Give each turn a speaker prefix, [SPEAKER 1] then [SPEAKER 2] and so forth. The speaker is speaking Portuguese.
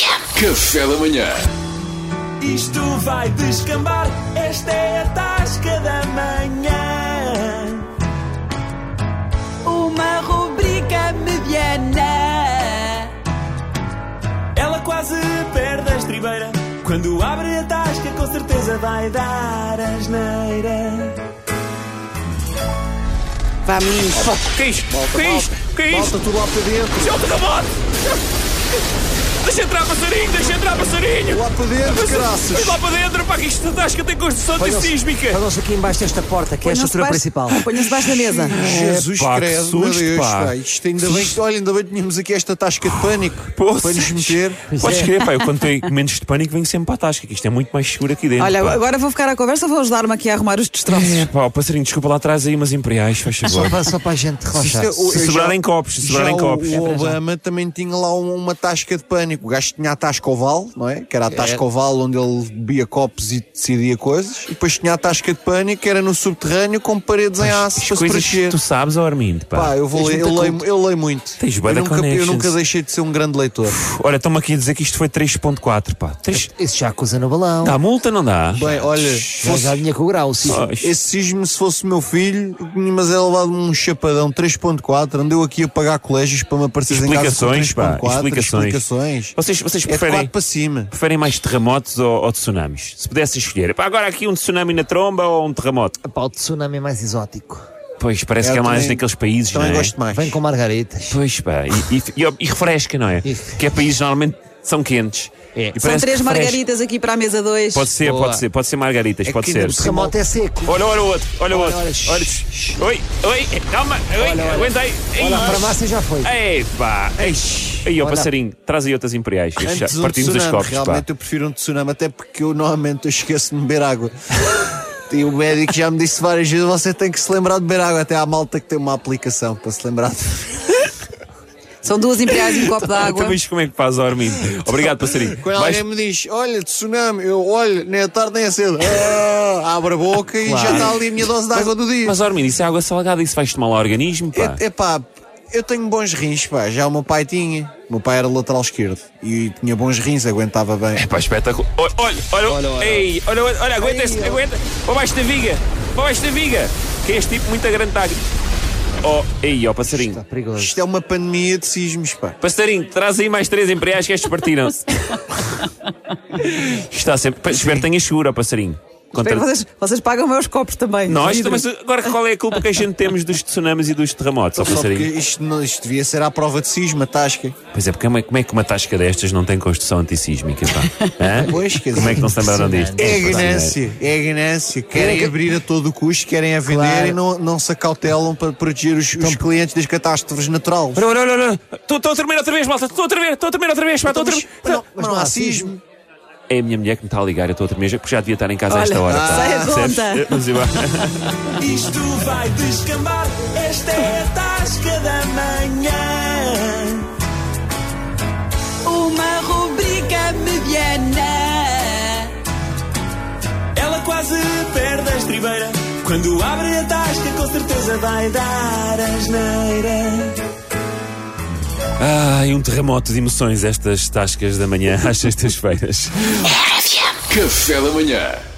[SPEAKER 1] Café da manhã.
[SPEAKER 2] Isto vai descambar, esta é a tasca da manhã.
[SPEAKER 3] Uma rubrica mediana.
[SPEAKER 2] Ela quase perde a estribeira. Quando abre a tasca, com certeza vai dar asneira.
[SPEAKER 4] Vá, meninos.
[SPEAKER 5] Oh, Que é isto? que isto? que é isto?
[SPEAKER 6] Volta tudo lá para dentro,
[SPEAKER 5] É o terremoto! Deixa entrar passarinho, deixa entrar passarinho!
[SPEAKER 6] lá para dentro,
[SPEAKER 5] Vai
[SPEAKER 6] graças.
[SPEAKER 5] lá para dentro, pá, que isto da tasca tem construção sísmica!
[SPEAKER 4] Põe-nos aqui embaixo desta porta, que é a
[SPEAKER 3] Ponham-se
[SPEAKER 4] estrutura
[SPEAKER 3] baixo-
[SPEAKER 4] principal.
[SPEAKER 3] Ponham-se baixo da mesa.
[SPEAKER 6] Jesus
[SPEAKER 5] Pá, que
[SPEAKER 6] credo, meu
[SPEAKER 5] susto,
[SPEAKER 6] Deus,
[SPEAKER 5] pá.
[SPEAKER 6] pá, isto ainda bem que, olha, ainda bem que tínhamos aqui esta tasca de pânico para nos meter.
[SPEAKER 5] Podes
[SPEAKER 6] é.
[SPEAKER 5] crer, pá, eu quando tenho momentos de pânico venho sempre para a tasca, que isto é muito mais seguro aqui dentro.
[SPEAKER 3] Olha,
[SPEAKER 5] pá.
[SPEAKER 3] agora vou ficar à conversa, vou ajudar-me aqui a arrumar os
[SPEAKER 5] É,
[SPEAKER 3] destroços.
[SPEAKER 5] pá, o passarinho, desculpa lá atrás aí umas imperiais, faz
[SPEAKER 4] Só
[SPEAKER 5] favor.
[SPEAKER 4] para, só para a gente relaxar.
[SPEAKER 6] Isto é-
[SPEAKER 5] Se
[SPEAKER 6] eu
[SPEAKER 5] sobrarem
[SPEAKER 6] já-
[SPEAKER 5] copos, se sobrarem
[SPEAKER 6] É já
[SPEAKER 5] copos.
[SPEAKER 6] O, o Obama também tinha lá um- uma tasca de pânico. O gajo tinha a tasca oval, não é? Que era a tasca oval onde ele bebia copos e decidia coisas. E depois tinha a tasca de pânico, que era no subterrâneo, com paredes em aço
[SPEAKER 5] As
[SPEAKER 6] para se
[SPEAKER 5] coisas que
[SPEAKER 6] proteger.
[SPEAKER 5] tu sabes, Ormindo, pá.
[SPEAKER 6] Pá, eu, vou ler, eu, leio, eu leio muito.
[SPEAKER 5] Tens bué
[SPEAKER 6] eu,
[SPEAKER 5] de
[SPEAKER 6] nunca, eu
[SPEAKER 5] connections.
[SPEAKER 6] nunca deixei de ser um grande leitor.
[SPEAKER 5] Olha, estão-me aqui a dizer que isto foi 3.4, pá. Três-
[SPEAKER 4] Isso já acusa no balão.
[SPEAKER 5] Dá multa, não dá?
[SPEAKER 6] Bem, olha, se
[SPEAKER 4] Já,
[SPEAKER 6] fosse-
[SPEAKER 4] já vinha com o grau, sim.
[SPEAKER 5] Oh,
[SPEAKER 6] esse sismo, se fosse meu filho, mas é levado um chapadão 3.4, andeu aqui a pagar colégios para me aparecer em casa com
[SPEAKER 5] Explicações, pá,
[SPEAKER 6] 3.4,
[SPEAKER 5] explicações.
[SPEAKER 6] explicações.
[SPEAKER 5] Vocês, vocês
[SPEAKER 6] É de 4
[SPEAKER 5] preferem...
[SPEAKER 6] para cima.
[SPEAKER 5] Preferem mais terremotos ou, ou tsunamis? Se pudessem escolher. Pá, agora aqui um tsunami na tromba ou um terremoto?
[SPEAKER 4] Pá, o tsunami é mais exótico.
[SPEAKER 5] Pois, parece
[SPEAKER 6] Eu
[SPEAKER 5] que é mais
[SPEAKER 6] também-
[SPEAKER 5] naqueles países, não
[SPEAKER 6] Também
[SPEAKER 5] é?
[SPEAKER 6] gosto mais.
[SPEAKER 4] Vem com margaritas.
[SPEAKER 5] Pois, pá. E, e- e- e refresca, não é?
[SPEAKER 4] Isso.
[SPEAKER 5] Que é países normalmente são quentes.
[SPEAKER 4] É.
[SPEAKER 5] E
[SPEAKER 3] São
[SPEAKER 5] parece
[SPEAKER 3] três
[SPEAKER 5] que refresca.
[SPEAKER 3] margaritas aqui para a mesa 2.
[SPEAKER 5] Pode ser,
[SPEAKER 4] Boa.
[SPEAKER 5] pode ser. Pode ser margaritas,
[SPEAKER 6] É
[SPEAKER 5] pode
[SPEAKER 6] que ainda
[SPEAKER 5] ser.
[SPEAKER 6] por
[SPEAKER 4] O terremoto é seco.
[SPEAKER 5] Olha, olha o outro, olha o
[SPEAKER 4] Olha,
[SPEAKER 5] outro.
[SPEAKER 4] olha,
[SPEAKER 5] Olha, oi, oi, calma,
[SPEAKER 4] Olha,
[SPEAKER 5] oi,
[SPEAKER 4] olha.
[SPEAKER 5] aguentei. Ei,
[SPEAKER 4] Olha, a farmácia já foi.
[SPEAKER 5] Ei, pá. Ei, Ei, ó,
[SPEAKER 4] Olha.
[SPEAKER 5] passarinho, traz aí outras imperiais.
[SPEAKER 6] Antes um
[SPEAKER 5] Partimos os
[SPEAKER 6] tsunami,
[SPEAKER 5] copos, pá.
[SPEAKER 6] realmente eu prefiro um tsunami, até porque eu normalmente eu esqueço de beber água. E o médico já me disse várias vezes: você tem que se lembrar de beber água. Até há malta que tem uma aplicação para se lembrar de
[SPEAKER 3] São duas imperiais e um copo de água.
[SPEAKER 5] Então, mas como é que faz dormir? Obrigado, passarinho.
[SPEAKER 6] Quando
[SPEAKER 5] Vais-
[SPEAKER 6] alguém me diz, olha, tsunami, eu olho, nem é tarde nem é cedo. Ah, abre a boca e já está ali a minha dose de água do dia.
[SPEAKER 5] Mas, Armin, isso é água salgada, isso faz-te mal ao organismo, pá.
[SPEAKER 6] É, pá, eu tenho bons rins, pá. Já o meu pai tinha. O meu pai era lateral esquerdo e tinha bons rins, aguentava bem.
[SPEAKER 5] Pá, espetáculo. Olha, olha, olha, ei, olha, olha, olha, aguenta, este, aguenta. Para baixo da viga, para baixo da viga. Que este tipo muito agrandado. Oh, ei, ó, passarinho.
[SPEAKER 4] Está perigoso.
[SPEAKER 6] Isto é uma pandemia de sismos, pá.
[SPEAKER 5] Passarinho, traz aí mais três imperiais que estes partiram-se. Está sempre. Pá, Espero que tenhas seguro, ó, passarinho.
[SPEAKER 3] Espero
[SPEAKER 5] Contra...
[SPEAKER 3] que Vocês, vocês pagam meus copos também.
[SPEAKER 5] Nós,
[SPEAKER 3] Vidro.
[SPEAKER 5] mas agora qual é a culpa que a gente temos dos tsunamis e dos terremotos, ó,
[SPEAKER 6] Só porque
[SPEAKER 5] passarinho?
[SPEAKER 6] isto, não- isto devia ser à prova de sisma, tasca.
[SPEAKER 5] Pois é, porque como é- como é que uma tasca destas não tem construção antissísmica, pá? Hã?
[SPEAKER 6] Pois, quer
[SPEAKER 5] Como é que
[SPEAKER 6] dizer,
[SPEAKER 5] não se lembraram disto?
[SPEAKER 6] É ganância, é ganância. Querem abrir a todo o custo, querem a vender
[SPEAKER 4] Claro.
[SPEAKER 6] e não, não se acautelam para proteger os, os clientes das catástrofes naturais.
[SPEAKER 5] Olha, olha, olha, olha. Estou estou a tremer outra vez, malta. Estou a tremer, estou a tremer outra vez. pá, Estou a tremer.
[SPEAKER 6] Mas não, mas não há sismo.
[SPEAKER 5] É a minha mulher que me está a ligar. Eu estou a tremer já- porque já devia estar em casa a esta
[SPEAKER 3] Olha,
[SPEAKER 5] hora. pá.
[SPEAKER 3] sai a
[SPEAKER 5] Percebes? É,
[SPEAKER 3] conta.
[SPEAKER 5] Vamos embora.
[SPEAKER 2] Ah, Isto vai descambar, esta é a tasca da manhã.
[SPEAKER 3] Uma rubrica mediana.
[SPEAKER 2] Ela quase perde a estribeira. Quando abre a tasca, com certeza vai dar asneira.
[SPEAKER 5] Ai, um terremoto de emoções estas tascas da manhã às sextas-feiras.
[SPEAKER 1] Café da manhã.